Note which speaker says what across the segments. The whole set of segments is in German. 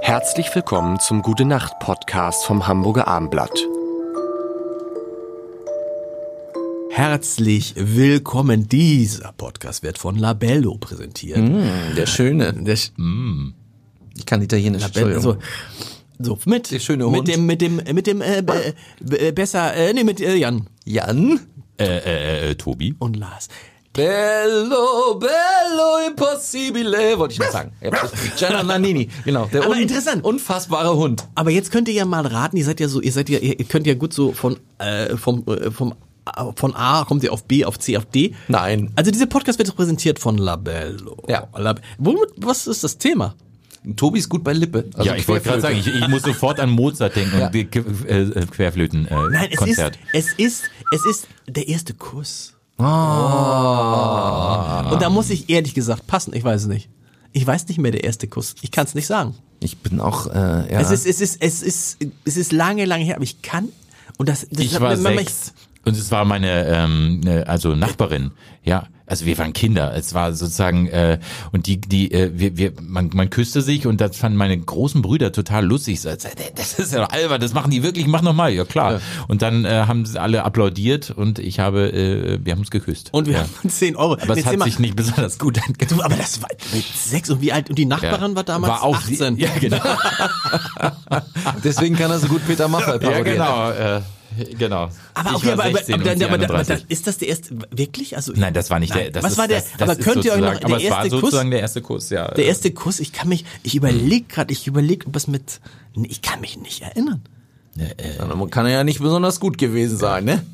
Speaker 1: Herzlich willkommen zum Gute Nacht Podcast vom Hamburger Armblatt.
Speaker 2: Herzlich willkommen. Dieser Podcast wird von Labello präsentiert.
Speaker 3: Mm, der schöne.
Speaker 2: Der, Sch- mm,
Speaker 3: Ich kann Italienisch.
Speaker 2: Labello.
Speaker 3: Entschuldigung.
Speaker 2: So, so mit
Speaker 3: Der schöne Hund.
Speaker 2: mit dem mit dem mit dem äh, be- be- äh, besser äh, nee mit äh, Jan
Speaker 3: Jan.
Speaker 4: Äh, äh, äh, Tobi?
Speaker 2: und Lars.
Speaker 3: Bello, bello impossibile, wollte ich mal sagen. Ja, Gianna Nannini, genau. Der
Speaker 2: Aber interessant.
Speaker 3: unfassbare Hund.
Speaker 2: Aber jetzt könnt ihr ja mal raten, ihr seid ja so ihr seid ja ihr könnt ja gut so von äh, vom äh, vom A- von A kommt ihr auf B, auf C, auf D.
Speaker 3: Nein.
Speaker 2: Also dieser Podcast wird präsentiert von Labello.
Speaker 3: Ja.
Speaker 2: Lab Womit, was ist das Thema?
Speaker 3: Tobi ist gut bei Lippe. Also
Speaker 4: ja, ich wollte gerade sagen,
Speaker 3: Querflöte.
Speaker 4: ich, ich muss sofort an Mozart denken
Speaker 3: Ja.
Speaker 4: und die Qu- äh, äh, Querflöten äh,
Speaker 2: Nein, es
Speaker 4: Konzert.
Speaker 2: ist, es ist, es ist der erste Kuss.
Speaker 4: Ah.
Speaker 2: Und da muss ich ehrlich gesagt passen. Ich weiß es nicht. Ich weiß nicht mehr der erste Kuss. Ich kann es nicht sagen.
Speaker 3: Ich bin auch, äh, ja.
Speaker 2: Es ist, es ist, es ist, es ist lange, lange her. Aber ich kann und das. das
Speaker 4: ich war
Speaker 2: man- man-
Speaker 4: sechs und es war meine ähm, äh, also Nachbarin. Ja, also wir waren Kinder. Es war sozusagen äh, und die die äh, wir, wir man, man küsste sich und das fanden meine großen Brüder total lustig. So, das das ist ja albern, das machen die wirklich. Mach noch mal, ja klar. Und dann äh, haben sie alle applaudiert und ich habe äh, wir haben uns geküsst.
Speaker 2: Und wir
Speaker 4: ja.
Speaker 2: haben 10 Euro.
Speaker 4: aber es
Speaker 2: Jetzt
Speaker 4: hat
Speaker 2: immer-
Speaker 4: sich nicht besonders gut angefühlt.
Speaker 2: du, aber das war mit sechs und wie alt? Und die Nachbarin war damals
Speaker 4: war auch
Speaker 2: 18.
Speaker 4: Ja, genau.
Speaker 3: deswegen kann er so gut Peter Maffay
Speaker 4: ja,
Speaker 3: parodieren.
Speaker 4: genau. Äh, genau.
Speaker 2: Aber
Speaker 4: Ich
Speaker 2: okay,
Speaker 4: war
Speaker 2: aber, aber,
Speaker 4: 16 und
Speaker 2: aber,
Speaker 4: sie
Speaker 2: aber, aber, aber
Speaker 4: 31.
Speaker 2: ist das der erste wirklich? Also
Speaker 4: Nein, das war nicht der.
Speaker 2: Nein.
Speaker 4: Das
Speaker 2: Was
Speaker 4: ist,
Speaker 2: war der?
Speaker 4: Das, das
Speaker 2: aber
Speaker 4: ist
Speaker 2: könnt ihr euch noch
Speaker 4: sozusagen-
Speaker 2: der
Speaker 4: Aber es war
Speaker 2: erste Kuss?
Speaker 4: sozusagen der erste Kuss, ja.
Speaker 2: Der erste Kuss, ich kann mich, ich überlege gerade, ich überlege, ob es mit, nee, ich kann mich nicht erinnern.
Speaker 3: Dann kann er ja nicht besonders gut gewesen sein, ne?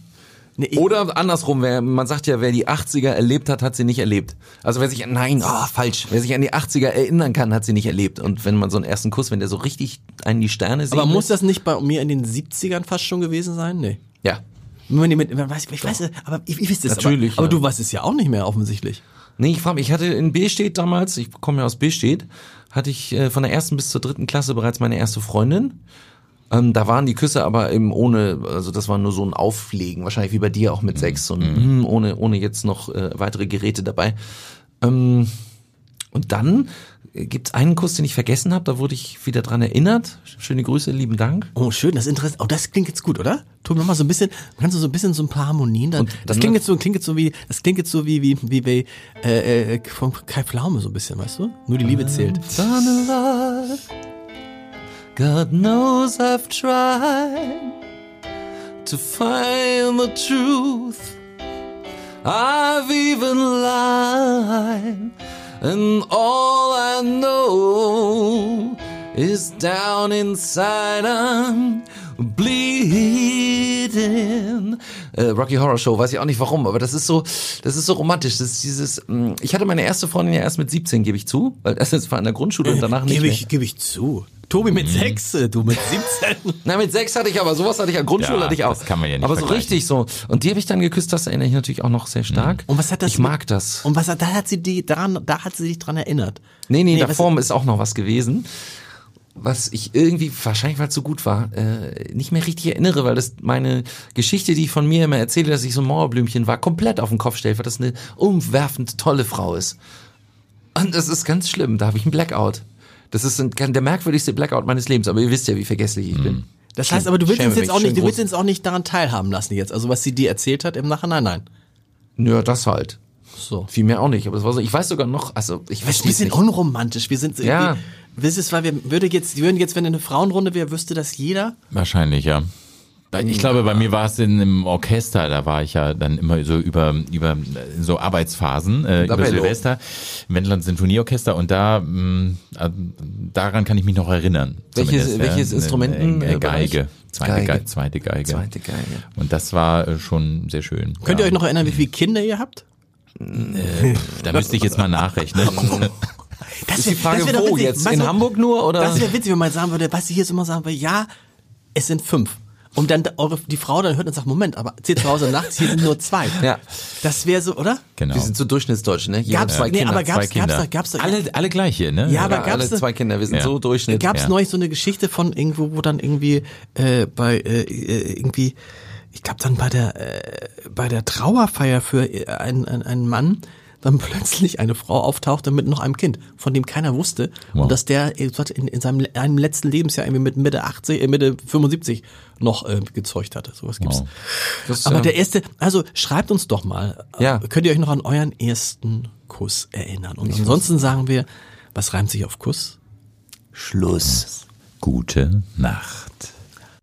Speaker 2: Nee, ich,
Speaker 3: Oder andersrum, wer, man sagt ja, wer die 80er erlebt hat, hat sie nicht erlebt. Also wer sich, nein, oh, falsch. Wer sich an die 80er erinnern kann, hat sie nicht erlebt. Und wenn man so einen ersten Kuss, wenn der so richtig einen die Sterne sieht.
Speaker 2: aber muss das nicht bei mir in den 70ern fast schon gewesen sein? Nee.
Speaker 3: Ja.
Speaker 2: Moment, Moment, man weiß, ich weiß es, aber ich, ich weiß es.
Speaker 3: Natürlich,
Speaker 2: Aber, aber
Speaker 3: ja.
Speaker 2: du weißt es ja auch nicht mehr offensichtlich.
Speaker 3: Nee, ich frage mich, ich hatte in B-Stedt damals, ich komme ja aus B-Stedt, hatte ich äh, von der ersten bis zur dritten Klasse bereits meine erste Freundin. Ähm, da waren die Küsse aber eben ohne, also das war nur so ein Auflegen, wahrscheinlich wie bei dir auch mit sechs, so ein, mm, ohne, ohne jetzt noch äh, weitere Geräte dabei. Ähm, und dann gibt es einen Kuss, den ich vergessen habe, da wurde ich wieder dran erinnert. Schöne Grüße, lieben Dank.
Speaker 2: Oh, schön, das Interesse. Oh, das klingt jetzt gut, oder? Tobi, mach mal so ein bisschen, kannst du so ein bisschen so ein paar Harmonien dann.
Speaker 3: Und dann
Speaker 2: Das klingt
Speaker 3: noch-
Speaker 2: jetzt so, klingt jetzt so wie, das klingt jetzt so wie, wie, wie, wie äh, äh, von Kai Pflaume so ein bisschen, weißt du? Nur die Liebe zählt.
Speaker 3: Done alive. God knows I've tried to find the truth. I've even lied, and all I know is down inside I'm bleeding. Äh, Rocky Horror Show, weiß ich auch nicht warum, aber das ist so, das ist so romantisch. Das ist dieses, mh, ich hatte meine erste Freundin ja erst mit 17, gebe ich zu, weil das jetzt war in der Grundschule und danach nicht
Speaker 2: Gebe
Speaker 3: mehr. Hm.
Speaker 2: ich, gebe ich zu. Tobi mit sechs, äh, du mit 17.
Speaker 3: Na, mit sechs hatte ich aber, sowas hatte ich ja, Grundschule
Speaker 4: Ja,
Speaker 3: hatte ich auch.
Speaker 4: das kann man ja nicht
Speaker 3: Aber so
Speaker 4: vergleichen. Mhm.
Speaker 3: richtig so. Und die habe ich dann geküsst, das erinnere ich natürlich auch noch sehr stark.
Speaker 2: Und was hat das
Speaker 3: Ich
Speaker 2: mit-
Speaker 3: mag das.
Speaker 2: Und was hat, da hat sie die dran, da hat sie dich dran erinnert.
Speaker 3: Nee, nee,
Speaker 2: Nee,
Speaker 3: davor ist auch noch was gewesen, was ich irgendwie, wahrscheinlich weil es so gut war, äh, nicht mehr richtig erinnere, weil das meine Geschichte, die ich von mir immer erzähle, dass ich so ein Mauerblümchen war, komplett auf den Kopf stellt, weil das eine umwerfend tolle Frau ist. Und das ist ganz schlimm, da habe ich einen Blackout. Das ist ein, der merkwürdigste Blackout meines Lebens, aber ihr wisst ja, wie vergesslich ich
Speaker 4: Mhm.
Speaker 3: bin.
Speaker 2: Das heißt aber, du willst
Speaker 3: Schäme
Speaker 2: uns jetzt
Speaker 3: mich,
Speaker 2: auch nicht, du
Speaker 3: schön
Speaker 2: willst
Speaker 3: groß.
Speaker 2: uns auch nicht daran teilhaben lassen jetzt. Also was sie dir erzählt hat im Nachhinein, nein.
Speaker 3: Nö, das halt.
Speaker 2: So.
Speaker 3: Viel mehr auch nicht, aber es war so, ich weiß sogar noch, also ich
Speaker 2: Das ist
Speaker 3: weiß
Speaker 2: ein bisschen
Speaker 3: nicht.
Speaker 2: unromantisch. Wir sind irgendwie,
Speaker 3: Ja.
Speaker 2: wisst ihr, weil wir würde jetzt, wir würden jetzt, wenn eine Frauenrunde wäre, wüsste das jeder.
Speaker 4: Wahrscheinlich, ja. Ich glaube, bei mir war es in einem Orchester, da war ich ja dann immer so über, über äh, so Arbeitsphasen, äh, über
Speaker 3: Labello.
Speaker 4: Silvester, im Wendland Sinfonieorchester und da, mh, äh, daran kann ich mich noch erinnern.
Speaker 3: Welches-
Speaker 4: zumindest,
Speaker 3: welches Instrumenten-
Speaker 4: Äh, Geige.
Speaker 3: Bereich?
Speaker 4: Zweite Geige.
Speaker 3: Geige.
Speaker 4: Zweite Geige.
Speaker 3: Zweite Geige.
Speaker 4: Und das war äh, schon sehr schön.
Speaker 2: Könnt
Speaker 4: ja.
Speaker 2: ihr euch noch erinnern, wie viele Kinder ihr habt?
Speaker 4: Da müsste ich jetzt mal nachrechnen.
Speaker 2: Das
Speaker 3: Ist die
Speaker 2: wär-
Speaker 3: Frage,
Speaker 2: das wär doch
Speaker 3: wo
Speaker 2: witzig.
Speaker 3: jetzt?
Speaker 2: Weißt
Speaker 3: In
Speaker 2: du,
Speaker 3: Hamburg nur oder?
Speaker 2: Das wäre witzig, wenn man sagen würde, was ich jetzt immer sagen würde, ja, es sind fünf. Und dann eure, die Frau dann hört und sagt, Moment, aber zählt zu Hause nachts, hier sind nur zwei.
Speaker 3: Ja.
Speaker 2: Das wäre so, oder?
Speaker 4: genau.
Speaker 3: Wir sind so durchschnittsdeutsch, ne? Jeder
Speaker 2: Gab's,
Speaker 3: zwei
Speaker 2: nee,
Speaker 3: Kinder.
Speaker 2: aber
Speaker 4: Zwei
Speaker 2: gab's, gab's,
Speaker 4: Kinder.
Speaker 2: doch, gab's doch,
Speaker 4: alle, alle gleich hier, ne?
Speaker 2: Ja, aber
Speaker 3: ja,
Speaker 2: gab's
Speaker 3: alle
Speaker 2: da-
Speaker 3: zwei Kinder, wir sind
Speaker 4: Ja.
Speaker 3: so Durchschnitt.
Speaker 2: Gab es
Speaker 4: Äh, Ja.
Speaker 2: neulich so eine Geschichte von irgendwo, wo dann irgendwie äh, bei äh, äh, irgendwie, ich glaube dann bei der äh, bei der Trauerfeier für äh, einen, einen, einen Mann dann plötzlich eine Frau auftauchte mit noch einem Kind, von dem keiner wusste.
Speaker 4: Wow.
Speaker 2: Und dass der äh, in, in seinem le- einem letzten Lebensjahr irgendwie mit Mitte 80, äh, Mitte 75 noch äh, gezeugt hatte. Sowas gibt's.
Speaker 4: Wow.
Speaker 3: Das,
Speaker 2: Aber
Speaker 3: äh,
Speaker 2: der erste, also schreibt uns doch mal,
Speaker 3: Ja.
Speaker 2: äh, könnt ihr euch noch an euren ersten Kuss erinnern? Und ansonsten sagen wir, was reimt sich auf Kuss?
Speaker 4: Schluss. Gute Nacht.